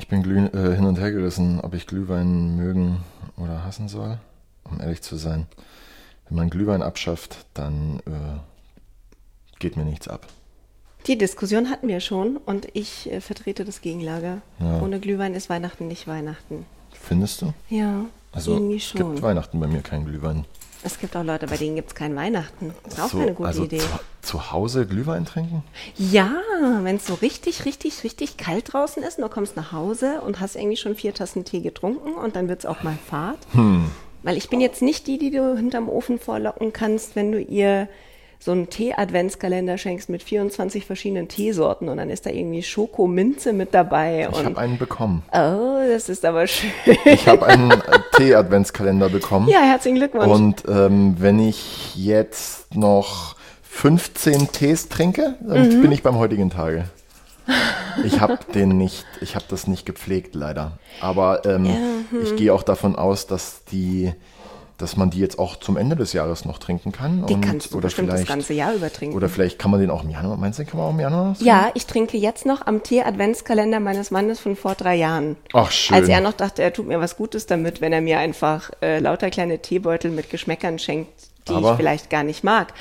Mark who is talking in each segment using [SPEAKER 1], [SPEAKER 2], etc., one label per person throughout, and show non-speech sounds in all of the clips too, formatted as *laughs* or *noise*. [SPEAKER 1] Ich bin glüh, äh, hin und her gerissen, ob ich Glühwein mögen oder hassen soll. Um ehrlich zu sein, wenn man Glühwein abschafft, dann äh, geht mir nichts ab.
[SPEAKER 2] Die Diskussion hatten wir schon und ich äh, vertrete das Gegenlager.
[SPEAKER 1] Ja.
[SPEAKER 2] Ohne Glühwein ist Weihnachten nicht Weihnachten.
[SPEAKER 1] Findest du?
[SPEAKER 2] Ja,
[SPEAKER 1] Also
[SPEAKER 2] irgendwie
[SPEAKER 1] es
[SPEAKER 2] schon.
[SPEAKER 1] gibt Weihnachten bei mir keinen Glühwein.
[SPEAKER 2] es gibt auch Leute, bei denen gibt es kein Weihnachten. Ist auch
[SPEAKER 1] So,
[SPEAKER 2] keine gute
[SPEAKER 1] also
[SPEAKER 2] Idee.
[SPEAKER 1] Zu, zu Hause Glühwein trinken?
[SPEAKER 2] Ja, wenn es so richtig, richtig, richtig kalt draußen ist, und du kommst nach Hause und hast irgendwie schon vier Tassen Tee getrunken und dann wird es auch mal Fahrt.
[SPEAKER 1] Hm.
[SPEAKER 2] Weil ich bin jetzt nicht die, die du hinterm Ofen vorlocken kannst, wenn du ihr so einen Tee-Adventskalender schenkst mit 24 verschiedenen Teesorten und dann ist da irgendwie Schokominze mit dabei.
[SPEAKER 1] Ich
[SPEAKER 2] und
[SPEAKER 1] habe einen bekommen.
[SPEAKER 2] Oh, das ist aber schön.
[SPEAKER 1] Ich habe einen äh, Tee-Adventskalender bekommen.
[SPEAKER 2] Ja, herzlichen Glückwunsch.
[SPEAKER 1] Und ähm, wenn ich jetzt noch 15 Tees trinke, dann
[SPEAKER 2] Mhm.
[SPEAKER 1] bin ich beim heutigen Tage. Ich habe den nicht, ich habe das nicht gepflegt, leider. Aber ähm,
[SPEAKER 2] hm.
[SPEAKER 1] ich gehe auch davon aus, dass die, dass man die jetzt auch zum Ende des Jahres noch trinken kann.
[SPEAKER 2] Die kannst du
[SPEAKER 1] oder
[SPEAKER 2] bestimmt das
[SPEAKER 1] vielleicht-
[SPEAKER 2] ganze Jahr über trinken.
[SPEAKER 1] Oder vielleicht kann man den auch im Januar, meinst du, den kann man auch im Januar? noch-
[SPEAKER 2] ja, ich trinke jetzt noch am Tee-Adventskalender meines Mannes von vor drei Jahren.
[SPEAKER 1] Ach, schön.
[SPEAKER 2] Als er noch dachte, er tut mir was Gutes damit, wenn er mir einfach äh, lauter kleine Teebeutel mit Geschmäckern schenkt, die
[SPEAKER 1] Aber-
[SPEAKER 2] ich vielleicht gar nicht mag.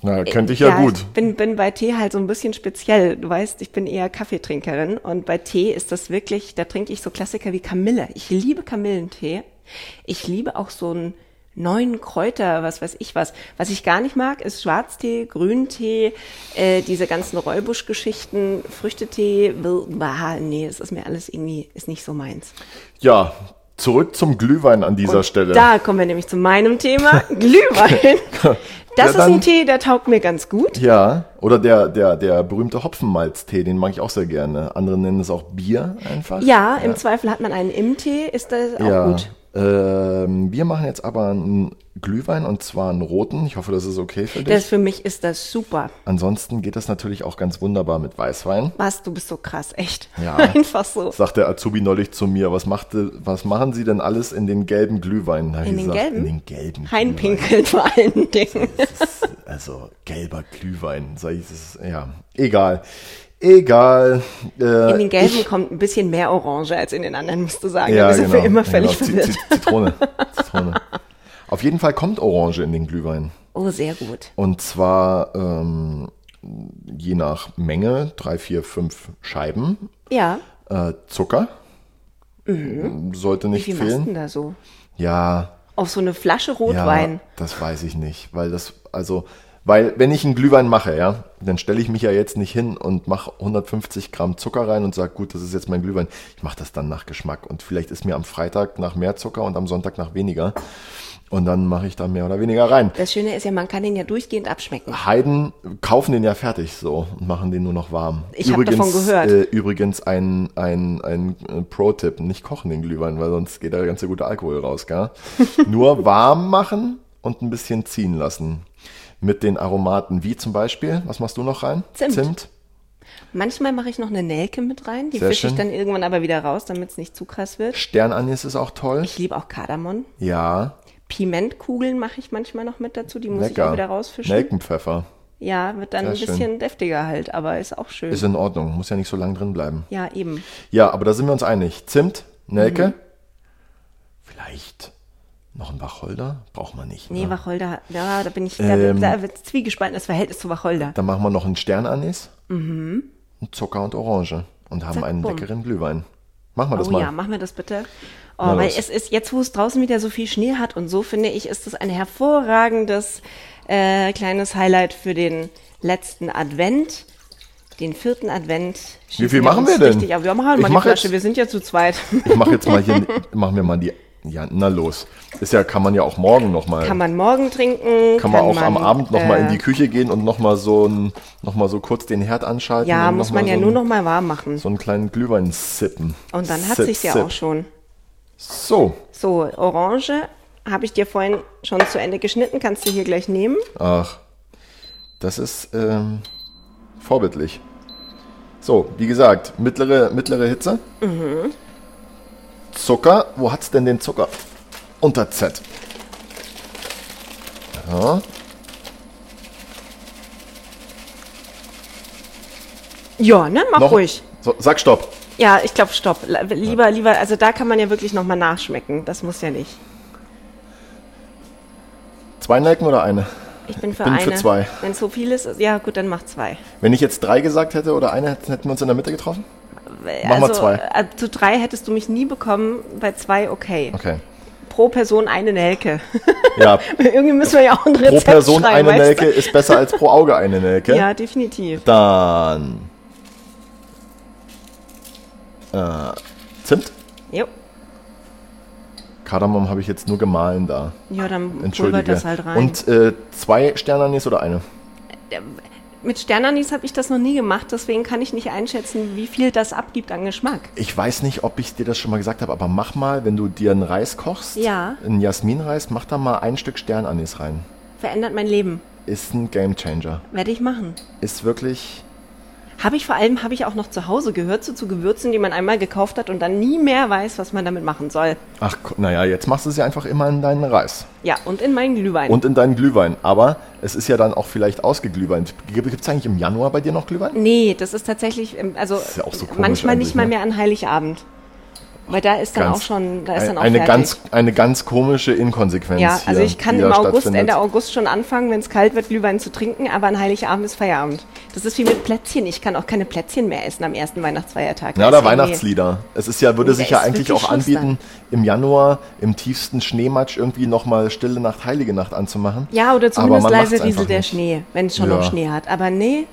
[SPEAKER 1] Na, könnte ich ja, gut.
[SPEAKER 2] Äh, Ich bin, bin bei Tee halt so ein bisschen speziell. Du weißt, ich bin eher Kaffeetrinkerin und bei Tee ist das wirklich, da trinke ich so Klassiker wie Kamille. Ich liebe Kamillentee. Ich liebe auch so einen neuen Kräuter, was weiß ich was. Was ich gar nicht mag, ist Schwarztee, Grüntee, äh, diese ganzen Räubusch-Geschichten, Früchtetee. will- Bah, nee, das ist mir alles irgendwie, ist nicht so meins.
[SPEAKER 1] Ja, zurück zum Glühwein an dieser Stelle.
[SPEAKER 2] Da kommen wir nämlich zu meinem Thema,
[SPEAKER 1] *laughs*
[SPEAKER 2] Glühwein. Das ist
[SPEAKER 1] dann-
[SPEAKER 2] ein Tee, der taugt mir ganz gut.
[SPEAKER 1] Ja, oder der, der, der berühmte Hopfenmalztee, den mag ich auch sehr gerne. Andere nennen es auch Bier einfach.
[SPEAKER 2] Ja, im Zweifel hat man einen im Tee, ist das auch
[SPEAKER 1] ja.
[SPEAKER 2] gut.
[SPEAKER 1] Ähm, wir machen jetzt aber einen Glühwein und zwar einen roten. Ich hoffe, das ist okay für dich.
[SPEAKER 2] Das für mich ist das super.
[SPEAKER 1] Ansonsten geht das natürlich auch ganz wunderbar mit Weißwein.
[SPEAKER 2] Was, du bist so krass, echt.
[SPEAKER 1] Ja.
[SPEAKER 2] *laughs* Einfach so.
[SPEAKER 1] Sagt der Azubi neulich zu mir, was, machte, was machen Sie denn alles in den gelben Glühwein? Hab ich
[SPEAKER 2] In den
[SPEAKER 1] gesagt,
[SPEAKER 2] gelben?
[SPEAKER 1] In den gelben Glühwein.
[SPEAKER 2] Heinpinkeln vor allen Dingen.
[SPEAKER 1] Das ist- Also gelber Glühwein, sag ich, das ist, ja, egal. Egal. Äh,
[SPEAKER 2] In den
[SPEAKER 1] ich- genau.
[SPEAKER 2] gelben kommt ein bisschen mehr Orange als in den anderen, musst du sagen. Ja, wir sind wir immer völlig
[SPEAKER 1] Zi-
[SPEAKER 2] verwirrt.
[SPEAKER 1] Zi-
[SPEAKER 2] *laughs*
[SPEAKER 1] Zitrone. Zitrone. Auf jeden Fall kommt Orange in den Glühwein.
[SPEAKER 2] Oh, sehr gut.
[SPEAKER 1] Und zwar ähm, je nach Menge, drei, vier, fünf Scheiben.
[SPEAKER 2] Ja,
[SPEAKER 1] Äh, Zucker sollte
[SPEAKER 2] Mhm. wie
[SPEAKER 1] nicht
[SPEAKER 2] viel machst du denn
[SPEAKER 1] fehlen.
[SPEAKER 2] da so?
[SPEAKER 1] Ja,
[SPEAKER 2] Auf so eine Flasche
[SPEAKER 1] ja,
[SPEAKER 2] Rotwein.
[SPEAKER 1] das weiß ich nicht, weil das, also, weil wenn ich einen Glühwein mache, ja, dann stelle ich mich ja jetzt nicht hin und mache 150 Gramm Zucker rein und sage, gut, das ist jetzt mein Glühwein. Ich mache das dann nach Geschmack und vielleicht ist mir am Freitag nach mehr Zucker und am Sonntag nach weniger und dann mache ich da mehr oder weniger rein.
[SPEAKER 2] Das Schöne ist ja, man kann den ja durchgehend abschmecken.
[SPEAKER 1] Heiden kaufen den ja fertig so und machen den nur noch warm.
[SPEAKER 2] Ich hab davon gehört.
[SPEAKER 1] Äh, übrigens ein, ein, ein äh, Pro-Tipp, nicht kochen den Glühwein, weil sonst geht da der ganze gute Alkohol raus,
[SPEAKER 2] *laughs*
[SPEAKER 1] gell? nur warm machen und ein bisschen ziehen lassen. Mit den Aromaten, wie zum Beispiel, was machst du noch rein?
[SPEAKER 2] Zimt. Manchmal mache ich noch eine Nelke mit rein, die
[SPEAKER 1] Sehr
[SPEAKER 2] fische ich
[SPEAKER 1] schön.
[SPEAKER 2] dann irgendwann aber wieder raus, damit es nicht zu krass wird.
[SPEAKER 1] Sternanis ist auch toll.
[SPEAKER 2] Ich liebe auch Kardamom.
[SPEAKER 1] Ja,
[SPEAKER 2] Pimentkugeln mache ich manchmal noch mit dazu, die muss ich
[SPEAKER 1] lecker.
[SPEAKER 2] auch wieder rausfischen.
[SPEAKER 1] Nelkenpfeffer.
[SPEAKER 2] Ja, wird dann
[SPEAKER 1] Sehr
[SPEAKER 2] ein
[SPEAKER 1] schön.
[SPEAKER 2] bisschen deftiger halt, aber ist auch schön.
[SPEAKER 1] Ist in Ordnung, muss ja nicht so lang drin bleiben.
[SPEAKER 2] ja, eben.
[SPEAKER 1] Ja, aber da sind wir uns einig. Zimt, Nelke, vielleicht noch ein Wacholder? Braucht man nicht.
[SPEAKER 2] Nee,
[SPEAKER 1] ne?
[SPEAKER 2] Wacholder, ja, da bin ich,
[SPEAKER 1] Ähm.
[SPEAKER 2] da, da wird zwiegespaltenes Verhältnis zu Wacholder.
[SPEAKER 1] Dann machen wir noch einen Sternanis, einen Zucker und Orange und haben
[SPEAKER 2] Zack,
[SPEAKER 1] einen
[SPEAKER 2] bumm.
[SPEAKER 1] leckeren Glühwein. Machen wir das
[SPEAKER 2] Oh
[SPEAKER 1] mal.
[SPEAKER 2] ja, mach mir das bitte.
[SPEAKER 1] Na
[SPEAKER 2] Oh, weil
[SPEAKER 1] los.
[SPEAKER 2] es ist, jetzt wo es draußen wieder so viel Schnee hat und so, finde ich, ist das ein hervorragendes äh, kleines Highlight für den letzten Advent. Den vierten Advent.
[SPEAKER 1] viel
[SPEAKER 2] Schießen
[SPEAKER 1] machen
[SPEAKER 2] uns
[SPEAKER 1] wir denn?
[SPEAKER 2] Richtig, aber wir machen
[SPEAKER 1] Ich
[SPEAKER 2] mal
[SPEAKER 1] mach
[SPEAKER 2] die Flasche,
[SPEAKER 1] jetzt- *laughs*
[SPEAKER 2] wir sind ja zu zweit.
[SPEAKER 1] Ich mache jetzt mal hier, *laughs* machen wir mal die Ja, na los. Ist ja, kann man ja auch morgen nochmal.
[SPEAKER 2] Kann man äh, morgen trinken.
[SPEAKER 1] Kann man auch am Abend nochmal in die Küche gehen und nochmal so, ein- noch mal so kurz den Herd anschalten.
[SPEAKER 2] äh, Ja,
[SPEAKER 1] und
[SPEAKER 2] muss
[SPEAKER 1] noch
[SPEAKER 2] man
[SPEAKER 1] mal
[SPEAKER 2] ja
[SPEAKER 1] so
[SPEAKER 2] nur
[SPEAKER 1] einen-
[SPEAKER 2] noch mal warm machen.
[SPEAKER 1] So einen kleinen Glühwein sippen.
[SPEAKER 2] Und dann hat
[SPEAKER 1] Sip,
[SPEAKER 2] sich's ja
[SPEAKER 1] sip.
[SPEAKER 2] auch schon.
[SPEAKER 1] So,
[SPEAKER 2] So, Orange habe ich dir vorhin schon zu Ende geschnitten, kannst du hier gleich nehmen.
[SPEAKER 1] ach. Das ist ähm, vorbildlich. So, wie gesagt, mittlere, mittlere Hitze.
[SPEAKER 2] Mhm.
[SPEAKER 1] Zucker. Wo hat's denn den Zucker? Unter Z. Ja.
[SPEAKER 2] Ja, ne, mach ruhig.
[SPEAKER 1] So, sag Stopp.
[SPEAKER 2] Ja, ich glaube, stopp. La- Lieber, lieber, also da kann man ja wirklich noch mal nachschmecken. Das muss ja nicht.
[SPEAKER 1] Zwei Nelken oder eine?
[SPEAKER 2] Ich bin für
[SPEAKER 1] Bin
[SPEAKER 2] eine.
[SPEAKER 1] für zwei.
[SPEAKER 2] Wenn so viel ist, ja gut, dann mach zwei.
[SPEAKER 1] Wenn ich jetzt drei gesagt hätte oder eine, hätten hätten wir uns in der Mitte getroffen? Mach mal zwei.
[SPEAKER 2] äh, Zu drei hättest du mich nie bekommen, bei zwei okay.
[SPEAKER 1] Okay.
[SPEAKER 2] Pro Person eine Nelke. *laughs*
[SPEAKER 1] Ja,
[SPEAKER 2] Irgendwie müssen wir ja auch ein
[SPEAKER 1] pro
[SPEAKER 2] Rezept
[SPEAKER 1] Person eine
[SPEAKER 2] schreiben. weißt du?
[SPEAKER 1] Nelke ist besser als pro Auge eine Nelke.
[SPEAKER 2] *laughs* Ja, definitiv.
[SPEAKER 1] Dann. Äh, Zimt?
[SPEAKER 2] Jo.
[SPEAKER 1] Kardamom habe ich jetzt nur gemahlen da.
[SPEAKER 2] Ja, dann
[SPEAKER 1] Entschuldige.
[SPEAKER 2] pulvert das halt rein.
[SPEAKER 1] Und äh, zwei Sternanis oder eine?
[SPEAKER 2] Mit Sternanis habe ich das noch nie gemacht, deswegen kann ich nicht einschätzen, wie viel das abgibt an Geschmack.
[SPEAKER 1] Ich weiß nicht, ob ich dir das schon mal gesagt habe, aber mach mal, wenn du dir einen Reis kochst,
[SPEAKER 2] Ja.
[SPEAKER 1] einen Jasminreis, mach da mal ein Stück Sternanis rein.
[SPEAKER 2] Verändert mein Leben.
[SPEAKER 1] Ist ein Gamechanger.
[SPEAKER 2] Werde ich machen.
[SPEAKER 1] Ist wirklich.
[SPEAKER 2] Habe ich vor allem, habe ich auch noch zu Hause Gewürze zu Gewürzen, die man einmal gekauft hat und dann nie mehr weiß, was man damit machen soll.
[SPEAKER 1] Ach, gu- naja, jetzt machst du sie einfach immer in deinen Reis.
[SPEAKER 2] Ja, und in meinen Glühwein.
[SPEAKER 1] Und in deinen Glühwein. Aber es ist ja dann auch vielleicht ausgeglühweint. Gibt es eigentlich im Januar bei dir noch Glühwein?
[SPEAKER 2] Nee, das ist tatsächlich, ähm, also
[SPEAKER 1] ist ja auch so komisch
[SPEAKER 2] manchmal nicht
[SPEAKER 1] eigentlich,
[SPEAKER 2] mal
[SPEAKER 1] ne?
[SPEAKER 2] mehr an Heiligabend. Weil da ist dann
[SPEAKER 1] Ganz-
[SPEAKER 2] auch schon, da ist dann auch
[SPEAKER 1] eine,
[SPEAKER 2] fertig.
[SPEAKER 1] ganz, eine ganz komische Inkonsequenz.
[SPEAKER 2] ja, also
[SPEAKER 1] hier,
[SPEAKER 2] ich kann
[SPEAKER 1] die
[SPEAKER 2] im
[SPEAKER 1] da
[SPEAKER 2] August,
[SPEAKER 1] stattfindet.
[SPEAKER 2] Ende August schon anfangen, wenn es kalt wird, Glühwein zu trinken, aber an Heiligabend ist Feierabend. Das ist wie mit Plätzchen. Ich kann auch keine Plätzchen mehr essen am ersten Weihnachtsfeiertag.
[SPEAKER 1] Ja,
[SPEAKER 2] Das
[SPEAKER 1] oder
[SPEAKER 2] ist irgendwie-
[SPEAKER 1] Weihnachtslieder. Es ist ja, würde
[SPEAKER 2] Nee,
[SPEAKER 1] sich
[SPEAKER 2] da
[SPEAKER 1] ja
[SPEAKER 2] ist
[SPEAKER 1] eigentlich
[SPEAKER 2] wirklich
[SPEAKER 1] auch
[SPEAKER 2] Schluss
[SPEAKER 1] anbieten, im Januar im tiefsten Schneematsch irgendwie nochmal Stille Nacht, Heilige Nacht anzumachen.
[SPEAKER 2] Ja, oder zumindest
[SPEAKER 1] man
[SPEAKER 2] leise
[SPEAKER 1] macht's
[SPEAKER 2] Wiese
[SPEAKER 1] einfach
[SPEAKER 2] der
[SPEAKER 1] nicht.
[SPEAKER 2] Schnee, wenn es schon
[SPEAKER 1] Ja.
[SPEAKER 2] noch Schnee hat. Aber nee,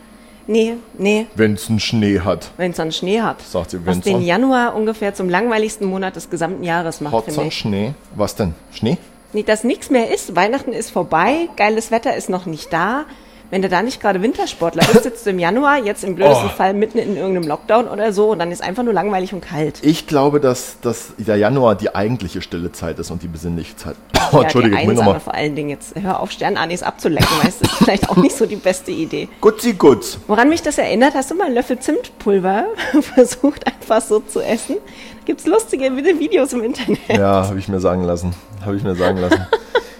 [SPEAKER 2] nee, nee,
[SPEAKER 1] Wenn es einen Schnee hat.
[SPEAKER 2] wenn es dann Schnee hat.
[SPEAKER 1] Sagt sie,
[SPEAKER 2] Was
[SPEAKER 1] wenn's
[SPEAKER 2] den
[SPEAKER 1] dann-
[SPEAKER 2] Januar ungefähr zum langweiligsten Monat des gesamten Jahres macht,
[SPEAKER 1] Hotz
[SPEAKER 2] finde
[SPEAKER 1] und
[SPEAKER 2] ich.
[SPEAKER 1] Schnee. Was denn? Schnee?
[SPEAKER 2] Nee, dass nichts mehr ist. Weihnachten ist vorbei, geiles Wetter ist noch nicht da. Wenn du da nicht gerade Wintersportler bist, sitzt du im Januar, jetzt im blödesten
[SPEAKER 1] Oh.
[SPEAKER 2] Fall mitten in irgendeinem Lockdown oder so und dann ist einfach nur langweilig und kalt.
[SPEAKER 1] Ich glaube, dass, dass der Januar die eigentliche stille Zeit ist und die besinnliche Zeit. Boah,
[SPEAKER 2] Ja,
[SPEAKER 1] *laughs* Oh, Entschuldige,
[SPEAKER 2] die
[SPEAKER 1] ich muss
[SPEAKER 2] Einsame
[SPEAKER 1] nochmal.
[SPEAKER 2] vor allen Dingen jetzt. Hör auf, Sternanis abzulecken, weißt du, ist vielleicht auch nicht so die beste Idee.
[SPEAKER 1] Gutzi
[SPEAKER 2] *laughs*
[SPEAKER 1] gutz.
[SPEAKER 2] Woran mich das erinnert, hast du mal einen Löffel Zimtpulver *laughs* versucht, einfach so zu essen? Gibt's lustige Videos im Internet.
[SPEAKER 1] Ja, habe ich mir sagen lassen. Habe ich mir sagen lassen.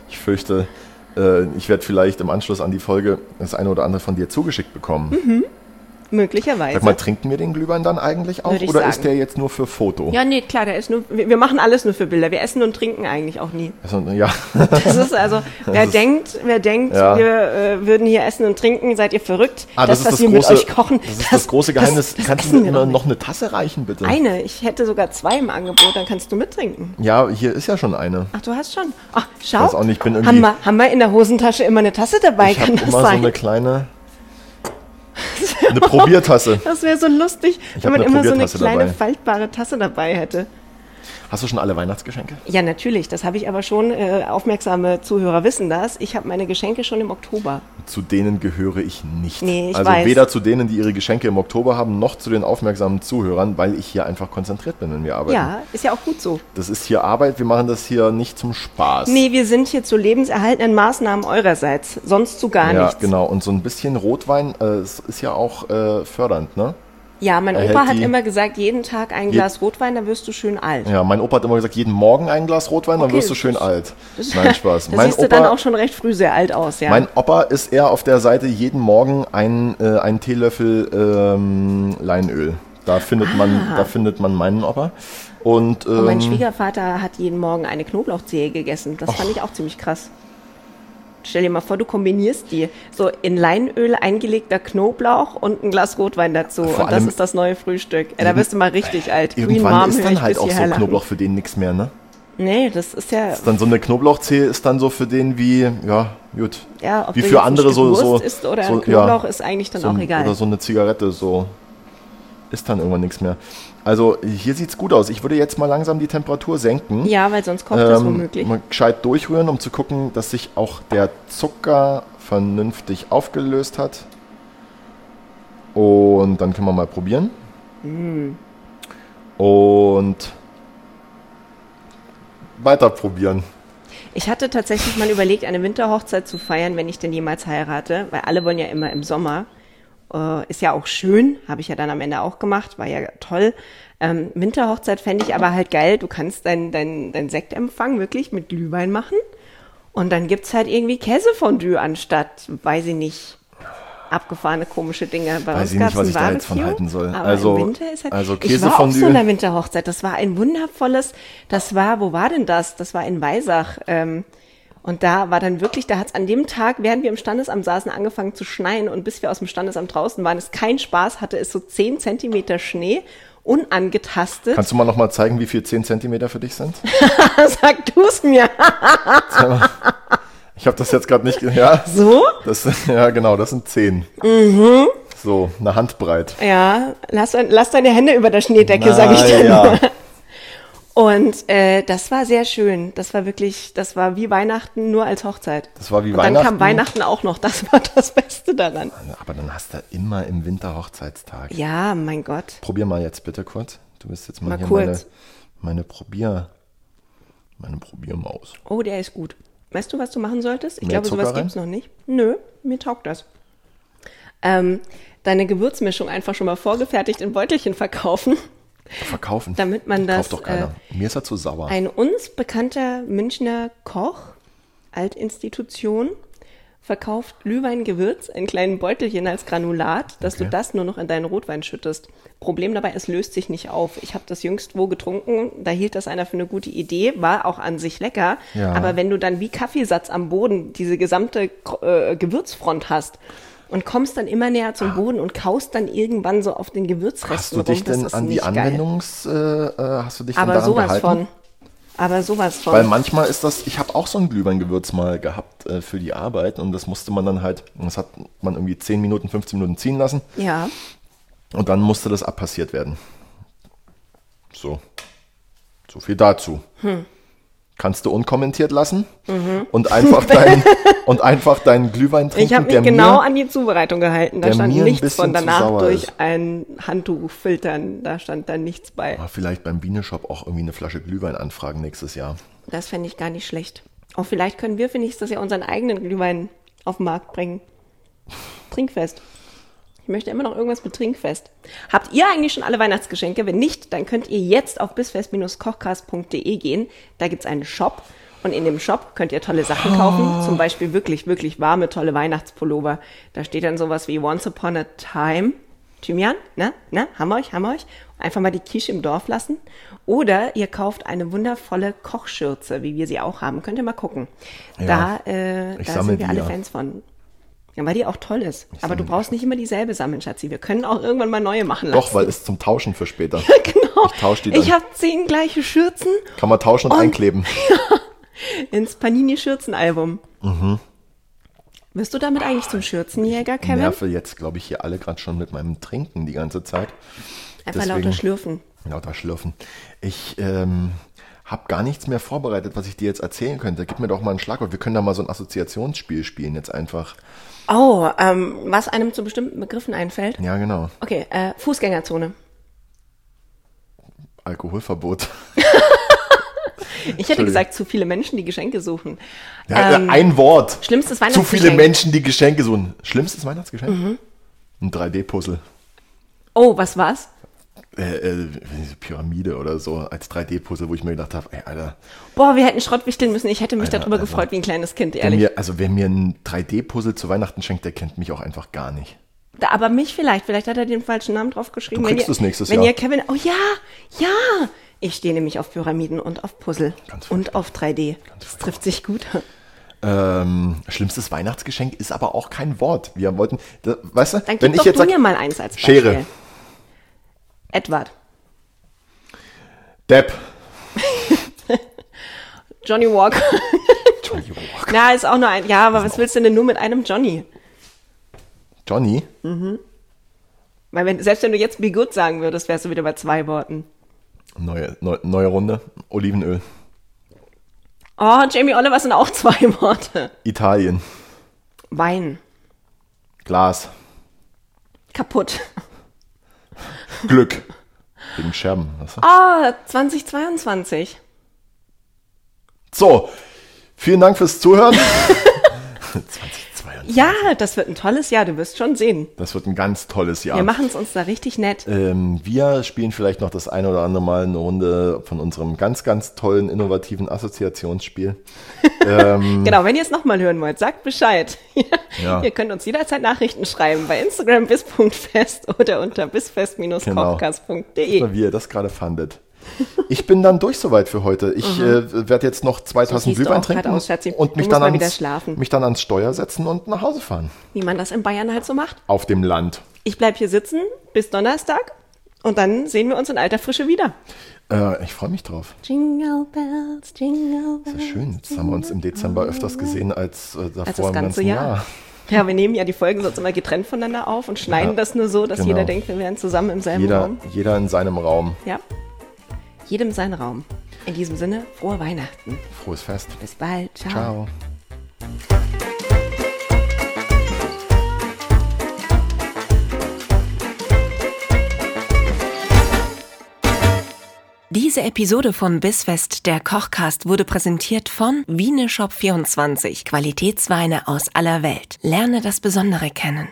[SPEAKER 1] Ich fürchte, äh, ich werde vielleicht im Anschluss an die Folge das eine oder andere von dir zugeschickt bekommen.
[SPEAKER 2] Möglicherweise.
[SPEAKER 1] Sag mal, trinken wir den Glühwein dann eigentlich auch
[SPEAKER 2] Also Würde ich
[SPEAKER 1] oder
[SPEAKER 2] sagen.
[SPEAKER 1] ist der jetzt nur für Foto?
[SPEAKER 2] ja, nee, klar, der ist nur, wir, wir machen alles nur für Bilder. Wir essen und trinken eigentlich auch nie.
[SPEAKER 1] Also, ja.
[SPEAKER 2] Das ist also, wer
[SPEAKER 1] ist-
[SPEAKER 2] denkt, wer denkt,
[SPEAKER 1] Ja.
[SPEAKER 2] wir äh, würden hier essen und trinken, seid ihr verrückt?
[SPEAKER 1] Ah, das, ist
[SPEAKER 2] was
[SPEAKER 1] das
[SPEAKER 2] wir
[SPEAKER 1] große,
[SPEAKER 2] mit euch kochen.
[SPEAKER 1] das ist das große Geheimnis.
[SPEAKER 2] das
[SPEAKER 1] Kannst du
[SPEAKER 2] essen
[SPEAKER 1] mir
[SPEAKER 2] wir
[SPEAKER 1] immer
[SPEAKER 2] doch
[SPEAKER 1] noch eine Tasse reichen, bitte?
[SPEAKER 2] Eine, ich hätte sogar zwei im Angebot, dann kannst du mittrinken.
[SPEAKER 1] Ja, hier ist ja schon eine.
[SPEAKER 2] Ach, du hast schon. Ach, schau.
[SPEAKER 1] weiß auch nicht, ich bin irgendwie-
[SPEAKER 2] haben, wir, haben wir in der Hosentasche immer eine Tasse dabei?
[SPEAKER 1] Ich habe
[SPEAKER 2] Kann
[SPEAKER 1] immer
[SPEAKER 2] das
[SPEAKER 1] so
[SPEAKER 2] sein?
[SPEAKER 1] eine
[SPEAKER 2] *laughs*
[SPEAKER 1] kleine, eine Probiertasse.
[SPEAKER 2] das wäre so lustig, wenn
[SPEAKER 1] hab
[SPEAKER 2] man
[SPEAKER 1] eine
[SPEAKER 2] immer so eine
[SPEAKER 1] Probiertasse
[SPEAKER 2] kleine
[SPEAKER 1] dabei.
[SPEAKER 2] faltbare Tasse dabei hätte.
[SPEAKER 1] Hast du schon alle Weihnachtsgeschenke?
[SPEAKER 2] Ja, natürlich, das habe ich aber schon. Äh, aufmerksame Zuhörer wissen das. Ich habe meine Geschenke schon im Oktober.
[SPEAKER 1] Zu denen gehöre ich nicht.
[SPEAKER 2] Nee, ich
[SPEAKER 1] also
[SPEAKER 2] weiß.
[SPEAKER 1] weder zu denen, die ihre Geschenke im Oktober haben, noch zu den aufmerksamen Zuhörern, weil ich hier einfach konzentriert bin, wenn wir arbeiten.
[SPEAKER 2] Ja, ist ja auch gut so.
[SPEAKER 1] Das ist hier Arbeit, wir machen das hier nicht zum Spaß.
[SPEAKER 2] Nee, wir sind hier zu lebenserhaltenden Maßnahmen eurerseits, sonst zu gar
[SPEAKER 1] ja,
[SPEAKER 2] nichts.
[SPEAKER 1] genau. Und so ein bisschen Rotwein äh, es ist ja auch äh, fördernd, ne?
[SPEAKER 2] Ja, mein
[SPEAKER 1] Erhält
[SPEAKER 2] Opa hat
[SPEAKER 1] die-
[SPEAKER 2] immer gesagt, jeden Tag ein
[SPEAKER 1] Je-
[SPEAKER 2] Glas Rotwein, da wirst du schön alt.
[SPEAKER 1] Ja, mein Opa hat immer gesagt, jeden Morgen ein Glas Rotwein, dann
[SPEAKER 2] Okay,
[SPEAKER 1] wirst du
[SPEAKER 2] das
[SPEAKER 1] schön
[SPEAKER 2] ist-
[SPEAKER 1] alt. Nein,
[SPEAKER 2] *laughs*
[SPEAKER 1] Spaß.
[SPEAKER 2] Da
[SPEAKER 1] mein,
[SPEAKER 2] siehst du dann
[SPEAKER 1] Opa,
[SPEAKER 2] auch schon recht früh sehr alt aus, ja.
[SPEAKER 1] mein Opa ist eher auf der Seite, jeden Morgen ein, äh, einen Teelöffel ähm, Leinöl. Da findet, man, da findet man meinen Opa. Und, ähm,
[SPEAKER 2] Und Ah. Oh, mein Schwiegervater hat jeden Morgen eine Knoblauchzehe gegessen. Das fand ich auch ziemlich krass. Stell dir mal vor, du kombinierst die. So in Leinöl eingelegter Knoblauch und ein Glas Rotwein dazu.
[SPEAKER 1] Vor
[SPEAKER 2] und das
[SPEAKER 1] allem-
[SPEAKER 2] ist das neue Frühstück. Ey, da wirst du mal richtig alt.
[SPEAKER 1] irgendwann ist
[SPEAKER 2] hör
[SPEAKER 1] dann
[SPEAKER 2] ich
[SPEAKER 1] halt
[SPEAKER 2] bis
[SPEAKER 1] auch so
[SPEAKER 2] hierher lachen.
[SPEAKER 1] Knoblauch für den nichts mehr, ne?
[SPEAKER 2] Nee, das ist ja.
[SPEAKER 1] Dann so eine Knoblauchzehe ist dann so für den wie, ja, gut.
[SPEAKER 2] Ja, ob
[SPEAKER 1] wie
[SPEAKER 2] du
[SPEAKER 1] für
[SPEAKER 2] jetzt ein
[SPEAKER 1] andere
[SPEAKER 2] Stück
[SPEAKER 1] so. so
[SPEAKER 2] Wurst isst oder
[SPEAKER 1] so,
[SPEAKER 2] Knoblauch ist eigentlich dann
[SPEAKER 1] so,
[SPEAKER 2] auch
[SPEAKER 1] ein-
[SPEAKER 2] egal.
[SPEAKER 1] Oder so eine Zigarette, so. ist dann irgendwann nichts mehr. Also hier sieht es gut aus. Ich würde jetzt mal langsam die Temperatur senken.
[SPEAKER 2] Ja, weil sonst kocht das
[SPEAKER 1] Ähm,
[SPEAKER 2] womöglich.
[SPEAKER 1] Mal gescheit durchrühren, um zu gucken, dass sich auch der Zucker vernünftig aufgelöst hat. Und dann können wir mal probieren.
[SPEAKER 2] Mm.
[SPEAKER 1] Und weiter probieren.
[SPEAKER 2] Ich hatte tatsächlich mal überlegt, eine Winterhochzeit zu feiern, wenn ich denn jemals heirate, weil alle wollen ja immer im Sommer. Äh, ist ja auch schön, habe ich ja dann am Ende auch gemacht, war ja toll. Ähm, Winterhochzeit fände ich aber halt geil. Du kannst deinen dein, dein Sektempfang wirklich mit Glühwein machen. Und dann gibt's halt irgendwie Käsefondue anstatt, weiß ich nicht, abgefahrene komische Dinge. Bei
[SPEAKER 1] Weiß
[SPEAKER 2] uns
[SPEAKER 1] ich nicht,
[SPEAKER 2] gab's
[SPEAKER 1] was
[SPEAKER 2] ein
[SPEAKER 1] ich da jetzt von
[SPEAKER 2] Barbecue,
[SPEAKER 1] halten soll.
[SPEAKER 2] Aber
[SPEAKER 1] Also-
[SPEAKER 2] im Winter ist halt,
[SPEAKER 1] also
[SPEAKER 2] ich war auf so
[SPEAKER 1] Käsefondue.
[SPEAKER 2] einer Winterhochzeit. Das war ein wundervolles, das war, wo war denn das? Das war in Weisach. Ähm, und da war dann wirklich, da hat's an dem Tag, während wir im Standesamt saßen, angefangen zu schneien. Und bis wir aus dem Standesamt draußen waren, es kein Spaß, hatte es so 10 Zentimeter Schnee, unangetastet.
[SPEAKER 1] Kannst du mal noch mal zeigen, wie viel 10 cm für dich sind?
[SPEAKER 2] Sag
[SPEAKER 1] *laughs*
[SPEAKER 2] du's mir.
[SPEAKER 1] Ich habe das jetzt gerade nicht. *laughs* Ja,
[SPEAKER 2] So?
[SPEAKER 1] das, ja, genau, das sind *laughs* 10.
[SPEAKER 2] Mhm.
[SPEAKER 1] So, eine Handbreit.
[SPEAKER 2] Ja, lass, dein- lass deine Hände über der Schneedecke,
[SPEAKER 1] Na
[SPEAKER 2] sag ich dir.
[SPEAKER 1] ja.
[SPEAKER 2] nur. Und äh, das war sehr schön. Das war wirklich, das war wie Weihnachten nur als Hochzeit.
[SPEAKER 1] Das war wie
[SPEAKER 2] Und Dann kam
[SPEAKER 1] Weihnachten.
[SPEAKER 2] Weihnachten auch noch. Das war das Beste daran.
[SPEAKER 1] Aber dann hast du immer im Winter Hochzeitstag.
[SPEAKER 2] Ja, mein Gott.
[SPEAKER 1] Probier mal jetzt bitte kurz. Du bist jetzt mal,
[SPEAKER 2] Mal
[SPEAKER 1] hier
[SPEAKER 2] kurz.
[SPEAKER 1] meine, meine Probier. Meine Probiermaus.
[SPEAKER 2] Oh, der ist gut. Weißt du, was du machen solltest? Ich
[SPEAKER 1] Mehr
[SPEAKER 2] glaube, sowas
[SPEAKER 1] Zucker rein?
[SPEAKER 2] gibt's noch nicht. Nö, mir taugt das. Ähm, deine Gewürzmischung einfach schon mal vorgefertigt in Beutelchen verkaufen.
[SPEAKER 1] Verkaufen.
[SPEAKER 2] Damit man das, äh,
[SPEAKER 1] Kauft doch keiner. Mir ist er zu sauer.
[SPEAKER 2] Ein uns bekannter Münchner Koch, Altinstitution, verkauft Glühweingewürz in kleinen Beutelchen als Granulat, dass du
[SPEAKER 1] Okay.
[SPEAKER 2] das nur noch in deinen Rotwein schüttest. Problem dabei, es löst sich nicht auf. Ich habe das jüngst wo getrunken, da hielt das einer für eine gute Idee, war auch an sich lecker,
[SPEAKER 1] Ja.
[SPEAKER 2] aber wenn du dann wie Kaffeesatz am Boden diese gesamte äh, Gewürzfront hast, und kommst dann immer näher zum Boden und kaust dann irgendwann so auf den Gewürzresten
[SPEAKER 1] Ah. hast du dich
[SPEAKER 2] rum. Das
[SPEAKER 1] denn
[SPEAKER 2] ist
[SPEAKER 1] an die
[SPEAKER 2] nicht geil.
[SPEAKER 1] Anwendungs... Äh, äh, hast du dich
[SPEAKER 2] Aber
[SPEAKER 1] denn daran
[SPEAKER 2] sowas
[SPEAKER 1] gehalten?
[SPEAKER 2] von. Aber sowas von.
[SPEAKER 1] Weil manchmal ist das, ich habe auch so ein Glühweingewürz mal gehabt äh, für die Arbeit und das musste man dann halt, das hat man irgendwie 10 Minuten, 15 Minuten ziehen lassen
[SPEAKER 2] ja.
[SPEAKER 1] und dann musste das abpassiert werden. So. So viel dazu.
[SPEAKER 2] Hm.
[SPEAKER 1] Kannst du unkommentiert lassen und
[SPEAKER 2] *laughs*
[SPEAKER 1] einfach deinen und einfach deinen Glühwein trinken,
[SPEAKER 2] Mhm. Ich habe mich
[SPEAKER 1] der
[SPEAKER 2] genau
[SPEAKER 1] mir,
[SPEAKER 2] an die Zubereitung gehalten. Da
[SPEAKER 1] der
[SPEAKER 2] stand
[SPEAKER 1] mir ein
[SPEAKER 2] nichts
[SPEAKER 1] bisschen
[SPEAKER 2] von
[SPEAKER 1] zu
[SPEAKER 2] danach
[SPEAKER 1] sauer
[SPEAKER 2] durch
[SPEAKER 1] ist.
[SPEAKER 2] ein Handtuch filtern. Da stand da nichts bei.
[SPEAKER 1] Ah, vielleicht beim Bieneshop auch irgendwie eine Flasche Glühwein anfragen nächstes Jahr.
[SPEAKER 2] Das fände ich gar nicht schlecht. Auch vielleicht können wir wenigstens ja unseren eigenen Glühwein auf den Markt bringen. Trinkfest. Ich möchte immer noch irgendwas mit Trinkfest. Habt ihr eigentlich schon alle Weihnachtsgeschenke? Wenn nicht, dann könnt ihr jetzt auf bisfest-kochcast.de gehen. Da gibt's einen Shop. Und in dem Shop könnt ihr tolle Sachen
[SPEAKER 1] Ah.
[SPEAKER 2] kaufen. Zum Beispiel wirklich, wirklich warme, tolle Weihnachtspullover. Da steht dann sowas wie Once Upon a Time. Thymian, ne? Ne? Haben wir euch, haben wir euch. Einfach mal die Quiche im Dorf lassen. Oder ihr kauft eine wundervolle Kochschürze, wie wir sie auch haben. Könnt ihr mal gucken.
[SPEAKER 1] Ja.
[SPEAKER 2] da äh,
[SPEAKER 1] Ich
[SPEAKER 2] da
[SPEAKER 1] sammel
[SPEAKER 2] sind
[SPEAKER 1] die
[SPEAKER 2] wir alle
[SPEAKER 1] ja.
[SPEAKER 2] Fans von. Ja, weil die auch toll ist. Aber du brauchst nicht immer dieselbe sammeln, Schatzi. Wir können auch irgendwann mal neue machen lassen.
[SPEAKER 1] Doch, weil ist zum Tauschen für später.
[SPEAKER 2] *laughs* genau.
[SPEAKER 1] Ich tausch die
[SPEAKER 2] Ich
[SPEAKER 1] dann.
[SPEAKER 2] habe zehn gleiche Schürzen
[SPEAKER 1] Kann man tauschen und,
[SPEAKER 2] Und-
[SPEAKER 1] einkleben.
[SPEAKER 2] ins Panini-Schürzenalbum. Mhm. Wirst du damit eigentlich zum Schürzenjäger,
[SPEAKER 1] Ich
[SPEAKER 2] *laughs* Kevin?
[SPEAKER 1] nerve jetzt, glaube ich, hier alle gerade schon mit meinem Trinken die ganze Zeit.
[SPEAKER 2] Einfach lauter
[SPEAKER 1] deswegen-
[SPEAKER 2] schlürfen.
[SPEAKER 1] Lauter Schlürfen. Ich ähm, habe gar nichts mehr vorbereitet, was ich dir jetzt erzählen könnte. Gib mir doch mal ein Schlagwort. Wir können da mal so ein Assoziationsspiel spielen jetzt einfach.
[SPEAKER 2] Oh, ähm, was einem zu bestimmten Begriffen einfällt.
[SPEAKER 1] Ja, genau.
[SPEAKER 2] Okay, äh, Fußgängerzone.
[SPEAKER 1] Alkoholverbot.
[SPEAKER 2] Ich hätte
[SPEAKER 1] Entschuldigung.
[SPEAKER 2] gesagt, zu viele Menschen, die Geschenke suchen.
[SPEAKER 1] Ja, äh,
[SPEAKER 2] Ähm,
[SPEAKER 1] ein Wort.
[SPEAKER 2] schlimmstes
[SPEAKER 1] Zu viele
[SPEAKER 2] Weihnachtsgeschenk. Mhm.
[SPEAKER 1] Menschen, die Geschenke suchen. Schlimmstes Weihnachtsgeschenk? Ein 3D-Puzzle.
[SPEAKER 2] Oh, was war's?
[SPEAKER 1] Äh, äh, diese Pyramide oder so als 3D-Puzzle, wo ich mir gedacht habe, ey, Alter,
[SPEAKER 2] Boah, wir hätten Schrott wichteln müssen. Ich hätte mich
[SPEAKER 1] Alter,
[SPEAKER 2] darüber
[SPEAKER 1] Alter.
[SPEAKER 2] gefreut wie ein kleines Kind,
[SPEAKER 1] wer
[SPEAKER 2] ehrlich.
[SPEAKER 1] mir, also wer mir ein 3D-Puzzle zu Weihnachten schenkt, der kennt mich auch einfach gar nicht.
[SPEAKER 2] Da, aber mich vielleicht. Vielleicht hat er den falschen Namen draufgeschrieben.
[SPEAKER 1] Du
[SPEAKER 2] Wenn
[SPEAKER 1] kriegst
[SPEAKER 2] ihr-
[SPEAKER 1] es nächstes
[SPEAKER 2] wenn
[SPEAKER 1] Jahr.
[SPEAKER 2] Ihr Kevin, oh ja, ja. Ich stehe nämlich auf Pyramiden und auf Puzzle.
[SPEAKER 1] Ganz furchtbar.
[SPEAKER 2] und auf 3D. das trifft sich gut.
[SPEAKER 1] Ähm, schlimmstes Weihnachtsgeschenk ist aber auch kein Wort. Wir wollten, da, weißt du,
[SPEAKER 2] Dann gib
[SPEAKER 1] wenn ich
[SPEAKER 2] doch
[SPEAKER 1] jetzt
[SPEAKER 2] du
[SPEAKER 1] sag,
[SPEAKER 2] mir mal eins als Beispiel.
[SPEAKER 1] Schere.
[SPEAKER 2] Edward.
[SPEAKER 1] Depp,
[SPEAKER 2] Johnny Walker.
[SPEAKER 1] *laughs* Johnny Walker.
[SPEAKER 2] Na, ist auch nur ein. Ja, aber was willst du denn nur mit einem Johnny?
[SPEAKER 1] Johnny,
[SPEAKER 2] Weil wenn, selbst wenn du jetzt Be Good sagen würdest, wärst du wieder bei zwei Worten.
[SPEAKER 1] Neue, neu, neue Runde. Olivenöl.
[SPEAKER 2] Oh, Jamie Oliver sind auch *laughs* zwei Worte.
[SPEAKER 1] Italien.
[SPEAKER 2] Wein.
[SPEAKER 1] Glas.
[SPEAKER 2] Kaputt. *laughs*
[SPEAKER 1] Glück. Wegen Scherben. Weißt du?
[SPEAKER 2] Oh, 2022.
[SPEAKER 1] So. Vielen Dank fürs
[SPEAKER 2] *laughs*
[SPEAKER 1] Zuhören. *laughs* 2022.
[SPEAKER 2] Ja, das wird ein tolles Jahr, du wirst schon sehen.
[SPEAKER 1] Das wird ein ganz tolles Jahr.
[SPEAKER 2] Wir machen es uns da richtig nett.
[SPEAKER 1] Ähm, wir spielen vielleicht noch das ein oder andere Mal eine Runde von unserem ganz, ganz tollen, innovativen Assoziationsspiel.
[SPEAKER 2] genau, wenn ihr es nochmal hören wollt, sagt Bescheid.
[SPEAKER 1] Ähm.
[SPEAKER 2] *laughs*
[SPEAKER 1] Ja.
[SPEAKER 2] Ihr könnt uns jederzeit Nachrichten schreiben bei Instagram bis.fest oder unter
[SPEAKER 1] Genau.
[SPEAKER 2] bisfest-kochkast.de. *laughs*
[SPEAKER 1] Mal, wie ihr das gerade fandet. Ich bin dann durch soweit für heute. Ich äh, werde jetzt noch 2000
[SPEAKER 2] Mhm. siehst du
[SPEAKER 1] Glühwein
[SPEAKER 2] auch grad
[SPEAKER 1] trinken
[SPEAKER 2] aus, Schatzi.
[SPEAKER 1] und
[SPEAKER 2] Du
[SPEAKER 1] mich
[SPEAKER 2] musst
[SPEAKER 1] dann,
[SPEAKER 2] mal wieder
[SPEAKER 1] ans,
[SPEAKER 2] schlafen.
[SPEAKER 1] mich dann ans Steuer setzen und nach Hause fahren.
[SPEAKER 2] Wie man das in Bayern halt so macht.
[SPEAKER 1] Auf dem Land.
[SPEAKER 2] Ich bleib hier sitzen bis Donnerstag und dann sehen wir uns in alter Frische wieder. Also
[SPEAKER 1] Äh, ich freue mich drauf.
[SPEAKER 2] Jingle bells, jingle bells.
[SPEAKER 1] Das ist ja schön. Jetzt haben wir uns im Dezember öfters gesehen als äh, davor
[SPEAKER 2] Also das
[SPEAKER 1] im
[SPEAKER 2] ganze
[SPEAKER 1] ganzen Jahr.
[SPEAKER 2] Jahr. Ja, wir nehmen ja die Folgen sonst immer getrennt voneinander auf und schneiden
[SPEAKER 1] Ja,
[SPEAKER 2] das nur so, dass
[SPEAKER 1] genau.
[SPEAKER 2] jeder denkt, wir wären zusammen im selben
[SPEAKER 1] Jeder,
[SPEAKER 2] Raum.
[SPEAKER 1] jeder in seinem Raum.
[SPEAKER 2] Ja. Jedem sein Raum. In diesem Sinne, frohe Weihnachten.
[SPEAKER 1] Frohes Fest.
[SPEAKER 2] Bis bald. Ciao.
[SPEAKER 1] Ciao.
[SPEAKER 3] Diese Episode von Bissfest, der Kochcast, wurde präsentiert von Wieneshop24, Qualitätsweine aus aller Welt. Lerne das Besondere kennen.